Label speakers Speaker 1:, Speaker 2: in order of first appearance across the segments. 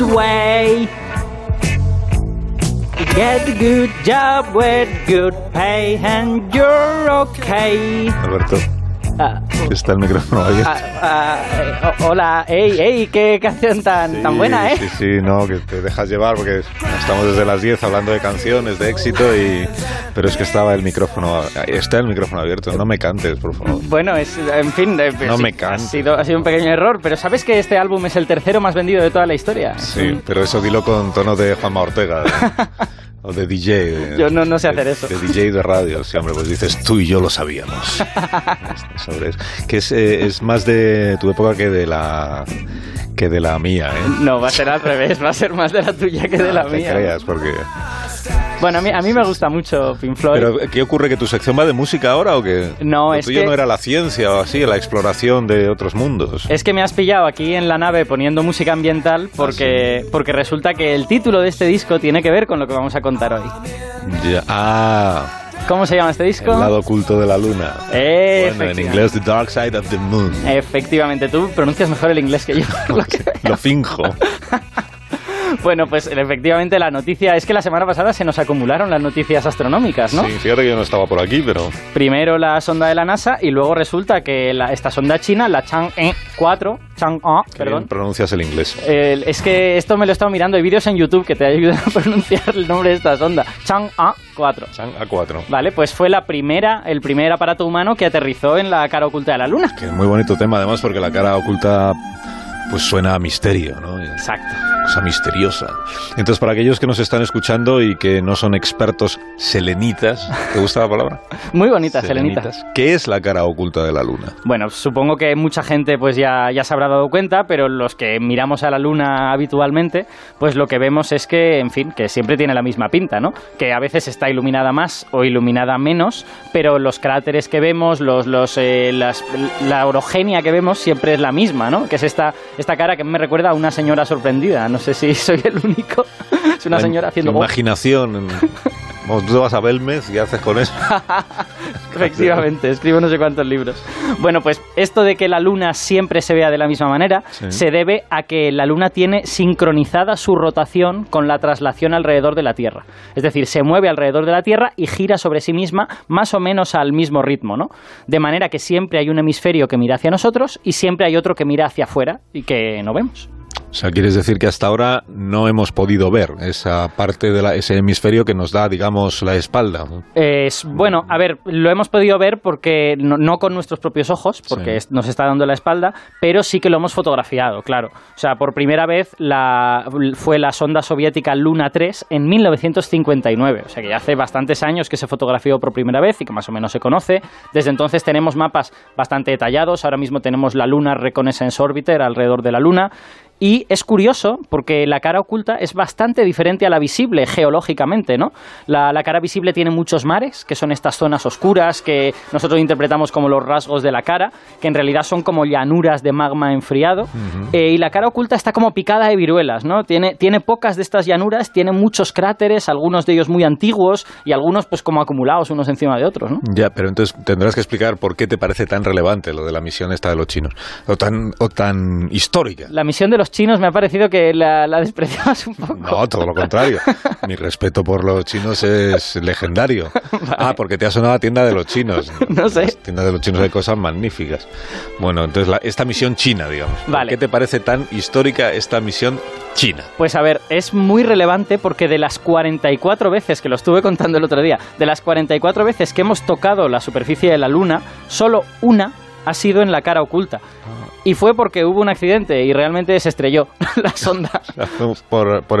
Speaker 1: way. You get a good job with good pay and you're okay.
Speaker 2: Alberto,
Speaker 1: Ah,
Speaker 2: está el micrófono abierto.
Speaker 1: ah, ah, eh, o- hola, ey, ey, qué canción tan, tan buena, ¿eh?
Speaker 2: Sí, sí, no, que te dejas llevar porque estamos desde las 10 hablando de canciones, de éxito y... Pero es que estaba el micrófono... Está el micrófono abierto, no me cantes, por favor.
Speaker 1: Bueno, es, en fin, eh,
Speaker 2: No
Speaker 1: sí,
Speaker 2: me cantes.
Speaker 1: ha, sido, ha sido un pequeño error, pero ¿sabes que este álbum es el tercero más vendido de toda la historia?
Speaker 2: Sí, pero eso dilo con tono de Juanma Ortega. de- O de DJ. de-
Speaker 1: Yo no- no sé hacer
Speaker 2: de-
Speaker 1: eso.
Speaker 2: De DJ de radio, sí, hombre, pues dices, tú y yo lo sabíamos. Sobre eso. Que es, eh, es más de tu época que de la, que de la mía, ¿eh?
Speaker 1: No, va a ser al revés, va a ser más de la tuya que de la
Speaker 2: No te
Speaker 1: mía.
Speaker 2: creas, porque...
Speaker 1: Bueno, a mí, a mí me gusta mucho Pink Floyd.
Speaker 2: Pero, ¿qué ocurre? ¿Que tu sección va de música ahora o qué?
Speaker 1: No,
Speaker 2: Lo
Speaker 1: es
Speaker 2: tuyo
Speaker 1: que-
Speaker 2: no era la ciencia o así, la exploración de otros mundos.
Speaker 1: Es que me has pillado aquí en la nave poniendo música ambiental porque,
Speaker 2: Ah,
Speaker 1: porque resulta que el título de este disco tiene que ver con lo que vamos a contar hoy.
Speaker 2: Ya. Ah,
Speaker 1: ¿Cómo se llama este
Speaker 2: el
Speaker 1: disco?
Speaker 2: lado oculto de la luna.
Speaker 1: Eh,
Speaker 2: bueno, en
Speaker 1: efectivamente.
Speaker 2: inglés, The Dark Side of the Moon.
Speaker 1: Efectivamente, tú pronuncias mejor el inglés que yo. por lo que-
Speaker 2: Lo finjo.
Speaker 1: Bueno, pues efectivamente la noticia es que la semana pasada se nos acumularon las noticias astronómicas, ¿no?
Speaker 2: Sí, fíjate que yo no estaba por aquí, pero...
Speaker 1: Primero la sonda de la NASA y luego resulta que la- esta sonda china, la Chang'e 4, Chang'e,
Speaker 2: Qué bien
Speaker 1: perdón,
Speaker 2: pronuncias el inglés.
Speaker 1: El- es que esto me lo he estado mirando. Hay vídeos en YouTube que te ayudan a pronunciar el nombre de esta sonda. Chang'e 4.
Speaker 2: Chang A4.
Speaker 1: Vale, pues fue la primera, el primer aparato humano que aterrizó en la cara oculta de la Luna.
Speaker 2: Que es muy bonito tema, además, porque la cara oculta pues suena a misterio, ¿no?
Speaker 1: Exacto.
Speaker 2: Cosa misteriosa. Entonces, para aquellos que nos están escuchando y que no son expertos selenitas, ¿te gusta la palabra?
Speaker 1: Muy bonita, Selenita.
Speaker 2: ¿Qué es la cara oculta de la luna?
Speaker 1: Bueno, supongo que mucha gente pues ya, ya se habrá dado cuenta, pero los que miramos a la luna habitualmente, pues lo que vemos es que, en fin, que siempre tiene la misma pinta, ¿no? Que a veces está iluminada más o iluminada menos, pero los cráteres que vemos, los, los, eh, las- la orogenia que vemos siempre es la misma, ¿no? Que es esta, esta cara que me recuerda a una señora sorprendida. No sé si soy el único. Es una
Speaker 2: La
Speaker 1: señora haciendo...
Speaker 2: tu Imaginación. Vos tú te vas a Belmez y haces con eso.
Speaker 1: Efectivamente, escribo no sé cuántos libros. Bueno, pues esto de que la luna siempre se vea de la misma manera
Speaker 2: Sí.
Speaker 1: se debe a que la luna tiene sincronizada su rotación con la traslación alrededor de la Tierra. Es decir, se mueve alrededor de la Tierra y gira sobre sí misma más o menos al mismo ritmo, ¿no? De manera que siempre hay un hemisferio que mira hacia nosotros y siempre hay otro que mira hacia afuera y que no vemos.
Speaker 2: O sea, quieres decir que hasta ahora no hemos podido ver esa parte de la- ese hemisferio que nos da, digamos, la espalda. ¿no?
Speaker 1: Es, bueno, a ver, lo hemos podido ver porque no, no con nuestros propios ojos, porque
Speaker 2: Sí.
Speaker 1: es- nos está dando la espalda, pero sí que lo hemos fotografiado, claro. O sea, por primera vez la, fue la sonda soviética Luna 3 en 1959, o sea que ya hace bastantes años que se fotografió por primera vez y que más o menos se conoce. Desde entonces tenemos mapas bastante detallados, ahora mismo tenemos la Luna Reconnaissance Orbiter alrededor de la Luna. Y es curioso porque la cara oculta es bastante diferente a la visible geológicamente, ¿no? La, la cara visible tiene muchos mares, que son estas zonas oscuras que nosotros interpretamos como los rasgos de la cara, que en realidad son como llanuras de magma enfriado. Eh, y la cara oculta está como picada de viruelas, ¿no? Tiene, tiene pocas de estas llanuras, tiene muchos cráteres, algunos de ellos muy antiguos y algunos pues como acumulados unos encima de otros, ¿no?
Speaker 2: Ya, pero entonces tendrás que explicar por qué te parece tan relevante lo de la misión esta de los chinos. O tan, o tan histórica.
Speaker 1: La misión de los chinos me ha parecido que la, la despreciabas un poco.
Speaker 2: No, todo lo contrario. Mi respeto por los chinos es legendario. Ah, porque te ha sonado a tienda de los chinos.
Speaker 1: No sé.
Speaker 2: En las tiendas de los chinos hay cosas magníficas. Bueno, entonces la- esta misión china, digamos. ¿Por
Speaker 1: Vale.
Speaker 2: ¿Qué te parece tan histórica esta misión china?
Speaker 1: Pues a ver, es muy relevante porque de las 44 veces que lo estuve contando el otro día, de las 44 veces que hemos tocado la superficie de la Luna, solo una ha sido en la cara oculta. Y fue porque hubo un accidente y realmente se estrelló la sonda.
Speaker 2: Por, por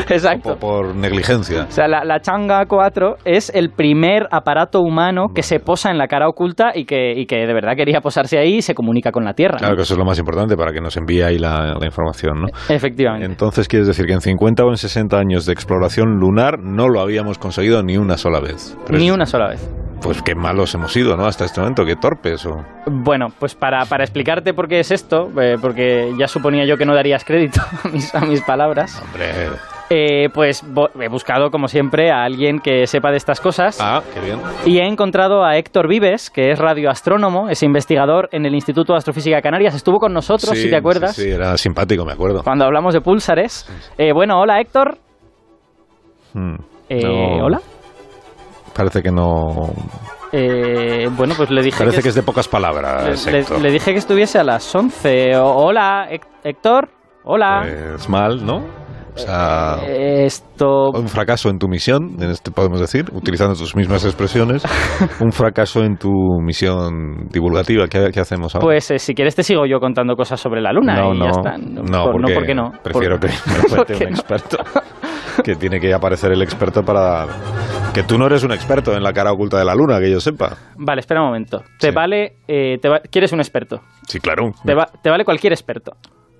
Speaker 1: Exacto.
Speaker 2: O Por, por negligencia.
Speaker 1: O sea, la, la Changa 4 es el primer aparato humano que se posa en la cara oculta y que, y que de verdad quería posarse ahí y se comunica con la Tierra. ¿no?
Speaker 2: Claro que eso es lo más importante para que nos envíe ahí la, la información, ¿no?
Speaker 1: Efectivamente.
Speaker 2: Entonces quieres decir que en 50 o en 60 años de exploración lunar no lo habíamos conseguido ni una sola vez. Pero
Speaker 1: Ni
Speaker 2: es-
Speaker 1: una sola vez.
Speaker 2: Pues qué malos hemos sido, ¿no? Hasta este momento, qué torpes. O...
Speaker 1: Bueno, pues para, para explicarte por qué es esto, eh, porque ya suponía yo que no darías crédito a mis, a mis palabras.
Speaker 2: Hombre,
Speaker 1: eh, pues bo- he buscado, como siempre, a alguien que sepa de estas cosas.
Speaker 2: Ah, qué bien.
Speaker 1: Y he encontrado a Héctor Vives, que es radioastrónomo, es investigador en el Instituto de Astrofísica de Canarias. Estuvo con nosotros, si te acuerdas, Ah.
Speaker 2: Sí, sí, era simpático, me acuerdo.
Speaker 1: cuando hablamos de pulsares. Eh, bueno, hola Héctor.
Speaker 2: Mm.
Speaker 1: Eh,
Speaker 2: No,
Speaker 1: Hola.
Speaker 2: Parece que no.
Speaker 1: Eh, bueno, pues le dije
Speaker 2: Parece que
Speaker 1: que,
Speaker 2: es de pocas palabras,
Speaker 1: le,
Speaker 2: Héctor.
Speaker 1: le dije que estuviese a las 11. O- hola, Héc- Héctor. Hola. Eh,
Speaker 2: Es mal, ¿no? O sea,
Speaker 1: Esto.
Speaker 2: un fracaso en tu misión, en este podemos decir, utilizando tus mismas expresiones, un fracaso en tu misión divulgativa. ¿Qué, qué hacemos ahora?
Speaker 1: Pues eh, si quieres te sigo yo contando cosas sobre la luna
Speaker 2: no,
Speaker 1: y
Speaker 2: no,
Speaker 1: ya está.
Speaker 2: no,
Speaker 1: por,
Speaker 2: porque
Speaker 1: porque no.
Speaker 2: Prefiero
Speaker 1: Por-
Speaker 2: que me lo cuente
Speaker 1: porque
Speaker 2: un
Speaker 1: no.
Speaker 2: experto. Que tiene que aparecer el experto para. Que tú no eres un experto en la cara oculta de la luna, que yo sepa.
Speaker 1: Vale, espera un momento. Te
Speaker 2: Sí.
Speaker 1: vale, eh, te va- quieres un experto.
Speaker 2: Sí, claro.
Speaker 1: Te, va- te vale cualquier experto.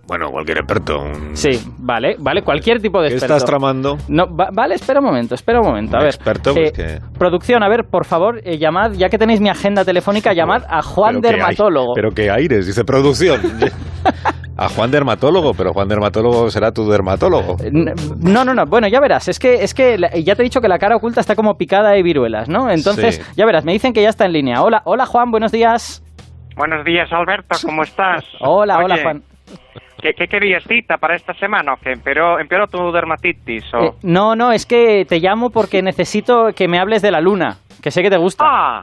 Speaker 2: Bueno, cualquier experto. un-
Speaker 1: Sí, vale, vale cualquier tipo de
Speaker 2: ¿Qué
Speaker 1: experto.
Speaker 2: estás tramando?
Speaker 1: No, va- vale, espera un momento, espera un momento. A
Speaker 2: Un
Speaker 1: ver. eh,
Speaker 2: experto, pues, que-
Speaker 1: Producción, a ver, por favor, eh, llamad, ya que tenéis mi agenda telefónica, llamad a Juan
Speaker 2: Pero qué
Speaker 1: Dermatólogo.
Speaker 2: ai- Pero qué aires, dice producción. a Juan Dermatólogo, pero Juan Dermatólogo será tu dermatólogo.
Speaker 1: Eh, N- No, no, no. Bueno, ya verás. Es que, es que la- ya te he dicho que la cara oculta está como picada de viruelas, ¿no? Entonces,
Speaker 2: Sí.
Speaker 1: ya verás. Me dicen que ya está en línea. Hola, hola Juan, buenos días.
Speaker 3: Buenos días, Alberto, ¿cómo estás?
Speaker 1: Hola,
Speaker 3: Oye,
Speaker 1: hola Juan.
Speaker 3: ¿Qué, qué querías cita para esta semana o qué? ¿Empeoró, empeoró tu dermatitis o...?
Speaker 1: Eh, no, no, es que te llamo porque necesito que me hables de la luna, que sé que te gusta.
Speaker 3: ¡Ah!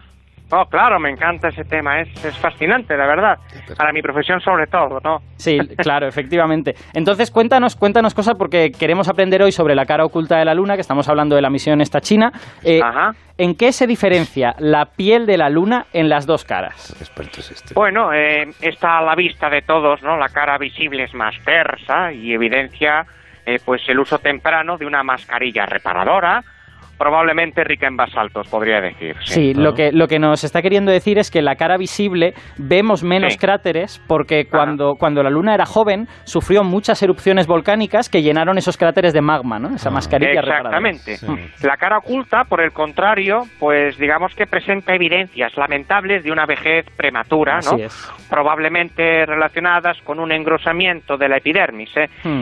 Speaker 3: Oh, claro, me encanta ese tema, es, es fascinante, la verdad. Para mi profesión sobre todo, ¿no?
Speaker 1: Sí, claro, efectivamente. Entonces, cuéntanos, cuéntanos cosas porque queremos aprender hoy sobre la cara oculta de la luna, que estamos hablando de la misión esta china. Eh,
Speaker 3: Ajá.
Speaker 1: ¿En qué se diferencia la piel de la luna en las dos caras?
Speaker 2: Experto es este.
Speaker 3: Bueno, eh, está a la vista de todos, ¿no? La cara visible es más tersa y evidencia eh, pues el uso temprano de una mascarilla reparadora, probablemente rica en basaltos, podría decir.
Speaker 1: Sí,
Speaker 2: ¿no?
Speaker 1: lo, que, lo que nos está queriendo decir es que la cara visible vemos menos
Speaker 3: Sí.
Speaker 1: cráteres porque
Speaker 3: Ajá.
Speaker 1: cuando, cuando la luna era joven sufrió muchas erupciones volcánicas que llenaron esos cráteres de magma, ¿no? Esa
Speaker 2: Ah.
Speaker 1: mascarilla reparadora.
Speaker 3: Exactamente.
Speaker 2: Sí.
Speaker 3: La cara oculta, por el contrario, pues digamos que presenta evidencias lamentables de una vejez prematura,
Speaker 1: Así
Speaker 3: ¿no?
Speaker 1: es.
Speaker 3: Probablemente relacionadas con un engrosamiento de la epidermis. ¿eh?
Speaker 1: Hmm.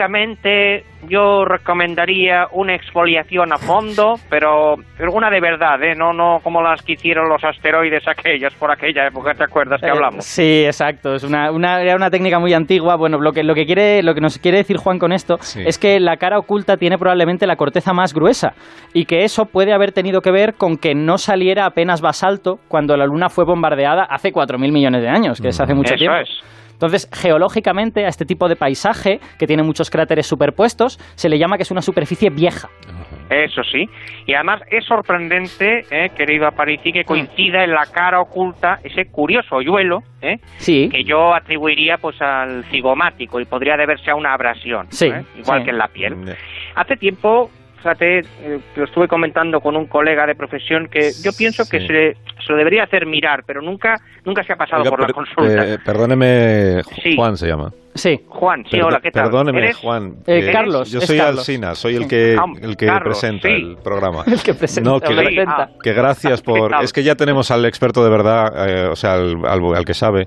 Speaker 3: Clínicamente yo recomendaría una exfoliación a fondo, pero pero una de verdad, ¿eh? no no como las que hicieron los asteroides aquellos por aquella época, ¿te acuerdas Pues que
Speaker 1: Eh,
Speaker 3: hablamos?
Speaker 1: sí, exacto. Es una, una, era una técnica muy antigua. Bueno, lo que, lo, que quiere, lo que nos quiere decir Juan con esto
Speaker 2: Sí.
Speaker 1: es que la cara oculta tiene probablemente la corteza más gruesa y que eso puede haber tenido que ver con que no saliera apenas basalto cuando la Luna fue bombardeada hace 4.000 millones de años, que es
Speaker 2: Mm.
Speaker 1: hace mucho
Speaker 3: Eso
Speaker 1: tiempo.
Speaker 3: es.
Speaker 1: Entonces, geológicamente, a este tipo de paisaje, que tiene muchos cráteres superpuestos, se le llama que es una superficie vieja.
Speaker 3: Eso sí. Y además es sorprendente, eh, querido Aparici, que coincida en la cara oculta ese curioso hoyuelo, eh,
Speaker 1: Sí.
Speaker 3: que yo atribuiría pues al cigomático y podría deberse a una abrasión,
Speaker 1: Sí,
Speaker 3: eh, igual
Speaker 1: sí.
Speaker 3: que en la
Speaker 2: Mm.
Speaker 3: piel. Hace tiempo, fíjate, eh, lo estuve comentando con un colega de profesión que yo pienso que
Speaker 2: Sí.
Speaker 3: se, le- se lo debería hacer mirar, pero nunca nunca se ha pasado
Speaker 2: Oiga,
Speaker 3: por la
Speaker 2: per-
Speaker 3: consulta.
Speaker 2: eh, perdóneme,
Speaker 3: Sí.
Speaker 2: Juan se llama.
Speaker 1: Sí.
Speaker 3: Juan, sí,
Speaker 2: Perdo-
Speaker 3: hola, ¿qué tal?
Speaker 2: Perdóneme,
Speaker 3: ¿Eres?
Speaker 2: Juan.
Speaker 1: Eh,
Speaker 2: que
Speaker 1: Carlos,
Speaker 2: Yo
Speaker 1: es
Speaker 2: soy
Speaker 1: Carlos.
Speaker 2: Alcina, soy el que,
Speaker 3: Ah,
Speaker 2: el que
Speaker 3: Carlos,
Speaker 2: presenta
Speaker 3: sí.
Speaker 2: el programa.
Speaker 1: El que presenta.
Speaker 2: No, que-
Speaker 1: lo presenta.
Speaker 3: Ah.
Speaker 2: Que gracias por. Es que ya tenemos al experto de verdad, eh, o sea, al, al- al que sabe,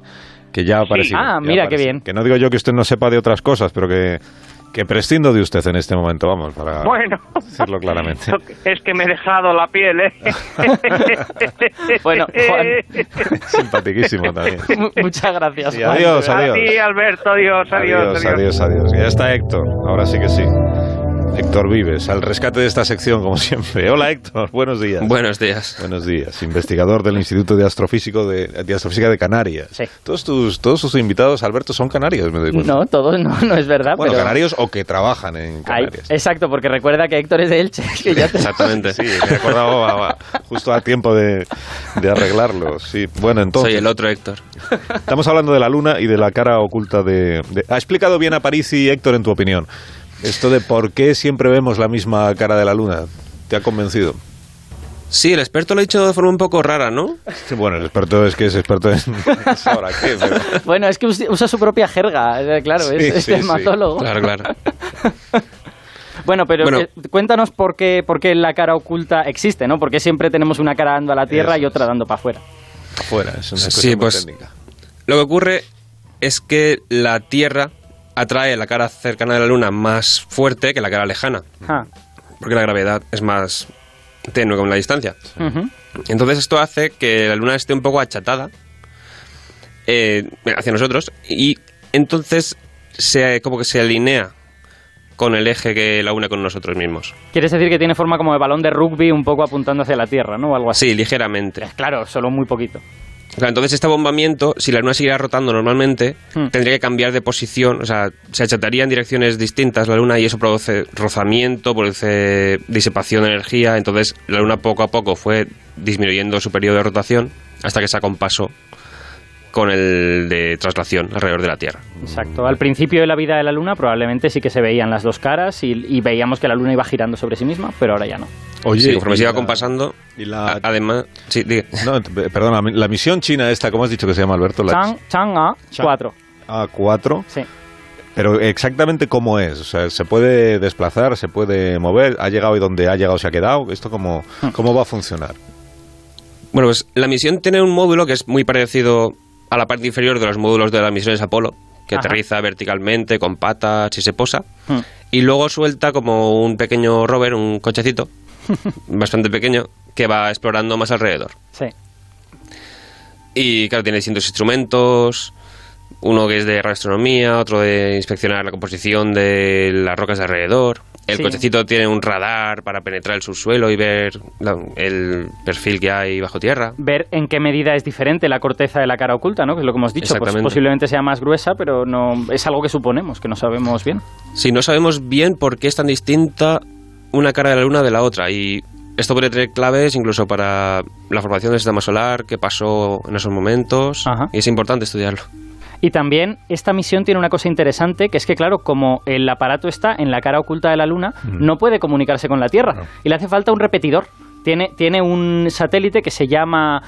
Speaker 2: que ya ha aparecido.
Speaker 1: Ah,
Speaker 2: ya ha
Speaker 1: mira, qué
Speaker 2: aparecido.
Speaker 1: bien.
Speaker 2: Que no digo yo que usted no sepa de otras cosas, pero que, que prescindo de usted en este momento, vamos, para
Speaker 3: Bueno.
Speaker 2: decirlo Pues claramente.
Speaker 3: Es que me he dejado la piel, ¿eh?
Speaker 1: Bueno, Juan.
Speaker 2: Simpaticísimo también.
Speaker 1: Mu- Muchas gracias.
Speaker 2: Sí,
Speaker 1: Juan.
Speaker 2: adiós,
Speaker 3: A
Speaker 2: adiós.
Speaker 3: ti, Alberto, adiós,
Speaker 2: Adiós, adiós, adiós. Ya está Héctor, ahora sí que sí. Héctor Vives, al rescate de esta sección, como siempre. Hola Héctor, buenos días.
Speaker 4: Buenos días.
Speaker 2: Buenos días, investigador del Instituto de Astrofísico de, de Astrofísica de Canarias.
Speaker 1: Sí.
Speaker 2: Todos tus todos sus invitados, Alberto, son canarios, me doy cuenta.
Speaker 1: No, todos no, no es verdad.
Speaker 2: bueno,
Speaker 1: pero
Speaker 2: canarios o que trabajan en
Speaker 1: Ay, eh.
Speaker 2: Canarias.
Speaker 1: exacto, porque recuerda que Héctor es de Elche. que ya te-
Speaker 4: Exactamente.
Speaker 2: Sí, me he acordado a- a- justo a tiempo de, de arreglarlo. Sí, bueno, entonces
Speaker 4: Soy el otro Héctor.
Speaker 2: estamos hablando de la luna y de la cara oculta de, de- Ha explicado bien a París y Héctor en tu opinión esto de por qué siempre vemos la misma cara de la luna. ¿Te ha convencido?
Speaker 4: Sí, el experto lo ha dicho de forma un poco rara, ¿no?
Speaker 2: Sí, Bueno, el experto es que es experto en... Ahora qué, pero...
Speaker 1: Bueno, es que us- usa su propia jerga, eh, claro, es,
Speaker 2: Sí,
Speaker 1: es
Speaker 2: sí, sí.
Speaker 1: dermatólogo.
Speaker 4: Claro, claro.
Speaker 1: Bueno, pero
Speaker 4: Bueno.
Speaker 1: eh, cuéntanos por qué, por qué la cara oculta existe, ¿no? Porque siempre tenemos una cara dando a la tierra
Speaker 2: Eso
Speaker 1: y otra
Speaker 2: es.
Speaker 1: dando para afuera.
Speaker 2: Afuera, es una
Speaker 4: Sí,
Speaker 2: cosa muy
Speaker 4: pues-
Speaker 2: técnica.
Speaker 4: Lo que ocurre es que la Tierra atrae la cara cercana de la Luna más fuerte que la cara lejana,
Speaker 1: Ah,
Speaker 4: porque la gravedad es más tenue con la distancia.
Speaker 1: ujú.
Speaker 4: Entonces esto hace que la Luna esté un poco achatada eh, hacia nosotros y entonces se, como que se alinea con el eje que la une con nosotros mismos.
Speaker 1: Quieres decir que tiene forma como de balón de rugby un poco apuntando hacia la Tierra, ¿no? O algo así.
Speaker 4: Así, ligeramente.
Speaker 1: Claro, solo muy poquito.
Speaker 2: Mm.
Speaker 4: Claro, entonces este bombamiento, si la luna siguiera rotando normalmente,
Speaker 1: Hmm.
Speaker 4: tendría que cambiar de posición, o sea, se achataría en direcciones distintas la luna y eso produce rozamiento, produce disepación de energía, entonces la luna poco a poco fue disminuyendo su periodo de rotación hasta que se acompasó con el de traslación alrededor de la Tierra.
Speaker 1: Exacto. Al principio de la vida de la Luna probablemente sí que se veían las dos caras y, y veíamos que la Luna iba girando sobre sí misma, pero ahora ya no.
Speaker 2: Oye,
Speaker 4: Sí, conforme
Speaker 2: y
Speaker 4: se iba
Speaker 2: la-
Speaker 4: acompasando,
Speaker 2: y la-
Speaker 4: a- además, sí, diga.
Speaker 2: No, t- perdona, la misión china esta, ¿cómo has dicho que se llama Alberto? La
Speaker 1: Chang, Chang A 4.
Speaker 2: A4.
Speaker 1: Sí.
Speaker 2: Pero exactamente cómo es, o sea, se puede desplazar, se puede mover, ha llegado y donde ha llegado se ha quedado, esto cómo, cómo va a funcionar.
Speaker 4: Bueno, pues la misión tiene un módulo que es muy parecido a la parte inferior de los módulos de las misiones Apolo, que
Speaker 1: Ajá.
Speaker 4: aterriza verticalmente, con patas y se posa.
Speaker 1: Hmm.
Speaker 4: Y luego suelta como un pequeño rover, un cochecito, bastante pequeño, que va explorando más alrededor.
Speaker 1: Sí.
Speaker 4: Y claro, tiene distintos instrumentos, uno que es de radioastronomía, otro de inspeccionar la composición de las rocas de alrededor. El
Speaker 1: Sí.
Speaker 4: cochecito tiene un radar para penetrar el subsuelo y ver la- el perfil que hay bajo tierra.
Speaker 1: Ver en qué medida es diferente la corteza de la cara oculta, ¿no? Que es lo que hemos dicho. Pues
Speaker 4: Exactamente.
Speaker 1: posiblemente sea más gruesa, pero no es algo que suponemos, que no sabemos bien.
Speaker 4: Si no sabemos bien por qué es tan distinta una cara de la luna de la otra y esto puede tener claves incluso para la formación del sistema solar, qué pasó en esos momentos
Speaker 1: Ajá.
Speaker 4: y es importante estudiarlo.
Speaker 1: Y también esta misión tiene una cosa interesante, que es que claro, como el aparato está en la cara oculta de la Luna, no puede comunicarse con la Tierra y le hace falta un repetidor. Tiene, tiene un satélite que se llama,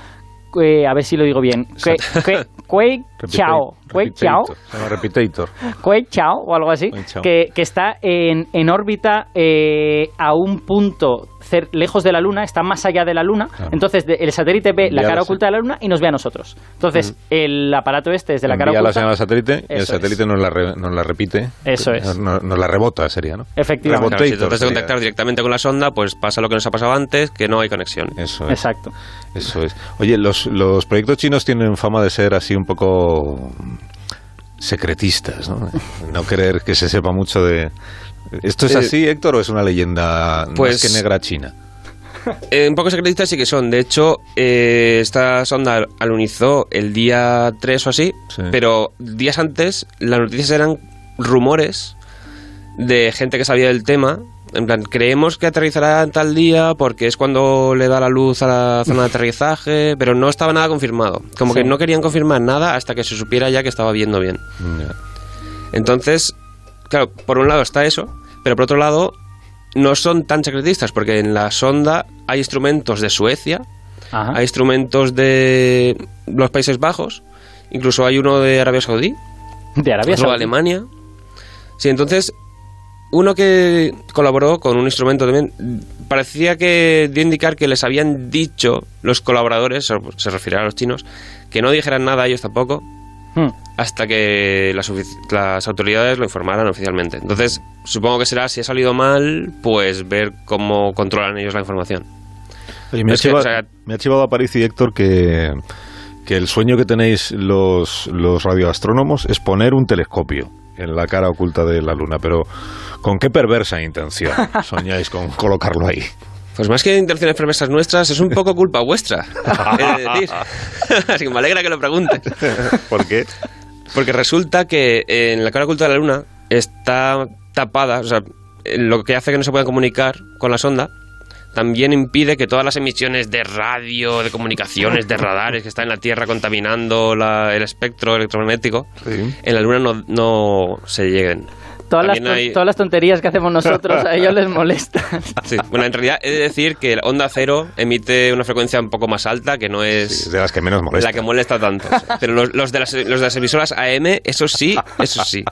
Speaker 1: eh, a ver si lo digo bien, que- que- Kuei Chao, Kuei Chao,
Speaker 2: Repitator, se llama Repitator.
Speaker 1: Kuei Chao o algo así,
Speaker 2: Kuei Chao.
Speaker 1: que, que está en, en órbita eh, a un punto cer- lejos de la Luna, está más allá de la Luna,
Speaker 2: Claro.
Speaker 1: entonces de- el satélite ve la
Speaker 2: Envía
Speaker 1: cara
Speaker 2: la-
Speaker 1: oculta de la Luna y nos ve a nosotros. Entonces el aparato este es de la cara
Speaker 2: Envía la
Speaker 1: oculta.
Speaker 2: señal al satélite y el
Speaker 1: Eso
Speaker 2: satélite nos la, re- nos la repite.
Speaker 1: Eso es.
Speaker 2: Nos, nos la rebota, sería, ¿no?
Speaker 1: Efectivamente.
Speaker 2: Rebotator
Speaker 4: Claro, si tratas de
Speaker 2: sería.
Speaker 4: contactar directamente con la sonda, pues pasa lo que nos ha pasado antes, que no hay conexión.
Speaker 2: Eso es.
Speaker 1: Exacto.
Speaker 2: Eso es. Oye, los, los proyectos chinos tienen fama de ser así un poco secretistas, ¿no? No querer que se sepa mucho de... ¿Esto es
Speaker 4: Eh,
Speaker 2: así, Héctor, o es una leyenda más
Speaker 4: pues-
Speaker 2: que negra china?
Speaker 4: Eh, un poco secretistas sí que son. De hecho, eh, esta sonda alunizó el día 3 o así,
Speaker 2: Sí.
Speaker 4: pero días antes las noticias eran rumores de gente que sabía del tema. En plan, creemos que aterrizará en tal día porque es cuando le da la luz a la zona de aterrizaje, pero no estaba nada confirmado. Como
Speaker 1: Sí.
Speaker 4: que no querían confirmar nada hasta que se supiera ya que estaba viendo bien.
Speaker 2: Ya.
Speaker 4: Entonces, claro, por un lado está eso, pero por otro lado no son tan secretistas porque en la sonda hay instrumentos de Suecia,
Speaker 1: Ajá.
Speaker 4: hay instrumentos de los Países Bajos, incluso hay uno de Arabia Saudí,
Speaker 1: De Arabia
Speaker 4: otro de
Speaker 1: Saudí.
Speaker 4: Alemania. Sí, entonces uno que colaboró con un instrumento también parecía que dio a indicar que les habían dicho los colaboradores, se- se refería a los chinos, que no dijeran nada a ellos tampoco,
Speaker 1: Hmm.
Speaker 4: hasta que las, ofici- las autoridades lo informaran oficialmente. Entonces, supongo que será, si ha salido mal, pues ver cómo controlan ellos la información.
Speaker 2: Oye, me, ha
Speaker 4: Es que,
Speaker 2: chivado,
Speaker 4: o sea-
Speaker 2: me ha chivado a París y Héctor que, que el sueño que tenéis los, los radioastrónomos es poner un telescopio en la cara oculta de la Luna, pero ¿con qué perversa intención soñáis con colocarlo ahí?
Speaker 4: Pues más que intenciones perversas nuestras, es un poco culpa vuestra. he de decir. Así que me alegra que lo preguntes.
Speaker 2: ¿Por qué?
Speaker 4: Porque resulta que eh, en la cara oculta de la luna está tapada, o sea, eh, lo que hace que no se pueda comunicar con la sonda también impide que todas las emisiones de radio, de comunicaciones, de radares que están en la Tierra contaminando la- el espectro electromagnético,
Speaker 2: Sí.
Speaker 4: en la Luna no, no se lleguen.
Speaker 1: Todas, las,
Speaker 4: También
Speaker 1: ton-
Speaker 4: hay-
Speaker 1: todas las tonterías que hacemos nosotros a ellos les molestan.
Speaker 2: Ah,
Speaker 4: Sí. Bueno, en realidad he de decir que la onda cero emite una frecuencia un poco más alta, que no es
Speaker 2: Es de las que menos molesta.
Speaker 4: la que molesta tanto. Pero los, los de las, los de las emisoras AM, eso sí, eso sí.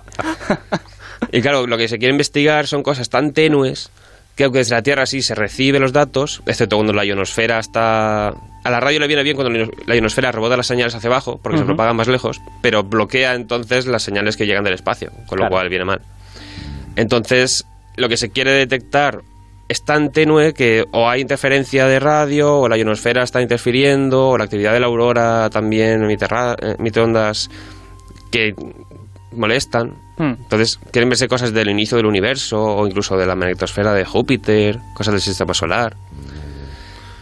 Speaker 4: Y claro, lo que se quiere investigar son cosas tan tenues que aunque desde la Tierra sí se recibe los datos, excepto cuando la ionosfera está... A la radio le viene bien cuando la ionos- la ionosfera rebota las señales hacia abajo, porque se
Speaker 1: Ujú.
Speaker 4: propagan más lejos, pero bloquea entonces las señales que llegan del espacio, con lo
Speaker 1: Claro.
Speaker 4: cual viene mal. Entonces, lo que se quiere detectar es tan tenue que o hay interferencia de radio, o la ionosfera está interfiriendo, o la actividad de la aurora también emite, ra- eh, emite ondas que molestan.
Speaker 1: Hmm.
Speaker 4: Entonces, quieren verse cosas del inicio del universo, o incluso de la magnetosfera de Júpiter, cosas del sistema solar.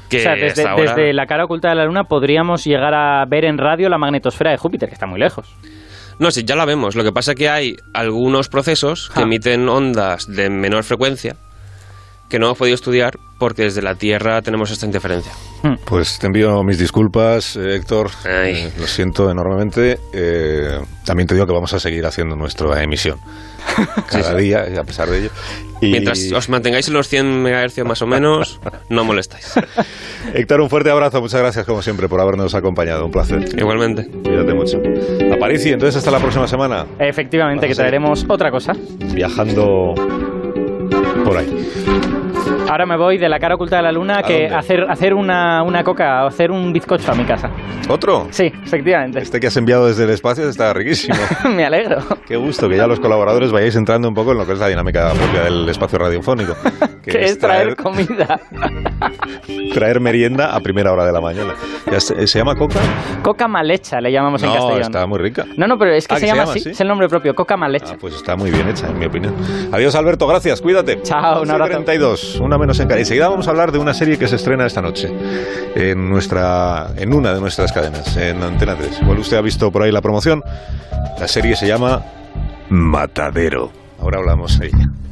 Speaker 4: Que
Speaker 1: o sea, desde,
Speaker 4: hasta ahora-
Speaker 1: desde la cara oculta de la Luna podríamos llegar a ver en radio la magnetosfera de Júpiter, que está muy lejos.
Speaker 4: No, sí, ya la vemos. Lo que pasa es que hay algunos procesos que
Speaker 1: Ja.
Speaker 4: emiten ondas de menor frecuencia que no hemos podido estudiar porque desde la Tierra tenemos esta interferencia.
Speaker 1: Mm.
Speaker 2: Pues te envío mis disculpas, eh, Héctor.
Speaker 4: Ay.
Speaker 2: Eh, lo siento enormemente. Eh, también te digo que vamos a seguir haciendo nuestra emisión cada día, eh, a pesar de ello. Y,
Speaker 4: Mientras os mantengáis en los 100 MHz más o menos, no molestáis.
Speaker 2: Héctor, un fuerte abrazo. Muchas gracias, como siempre, por habernos acompañado. Un placer.
Speaker 4: Igualmente.
Speaker 2: Cuídate mucho. Aparici, entonces hasta la próxima semana. Vamos
Speaker 1: Efectivamente,
Speaker 2: a
Speaker 1: que
Speaker 2: seguir.
Speaker 1: traeremos otra cosa.
Speaker 2: Viajando por ahí.
Speaker 1: Ahora me voy de la cara oculta de la Luna
Speaker 2: ¿A
Speaker 1: que
Speaker 2: dónde?
Speaker 1: hacer, hacer una, una coca, hacer un bizcocho a mi casa.
Speaker 2: ¿Otro?
Speaker 1: Sí, efectivamente.
Speaker 2: Este que has enviado desde el espacio está riquísimo.
Speaker 1: me alegro.
Speaker 2: Qué gusto que ya los colaboradores vayáis entrando un poco en lo que es la dinámica propia del espacio radiofónico.
Speaker 1: Que es traer comida.
Speaker 2: traer merienda a primera hora de la mañana. Ya se, eh, ¿se llama coca?
Speaker 1: coca mal hecha le llamamos en
Speaker 2: no,
Speaker 1: castellano.
Speaker 2: está muy rica.
Speaker 1: No, no, pero es que,
Speaker 2: Ah,
Speaker 1: se, llama así, es el nombre propio, coca mal hecha.
Speaker 2: Ah, pues está muy bien hecha, en mi opinión. Adiós, Alberto, gracias, cuídate.
Speaker 1: Chao, un abrazo.
Speaker 2: 32, una menos en cara. Enseguida vamos a hablar de una serie que se estrena esta noche en, nuestra, en una de nuestras cadenas, en Antena 3. Igual usted ha visto por ahí la promoción. La serie se llama Matadero. Ahora hablamos de ella.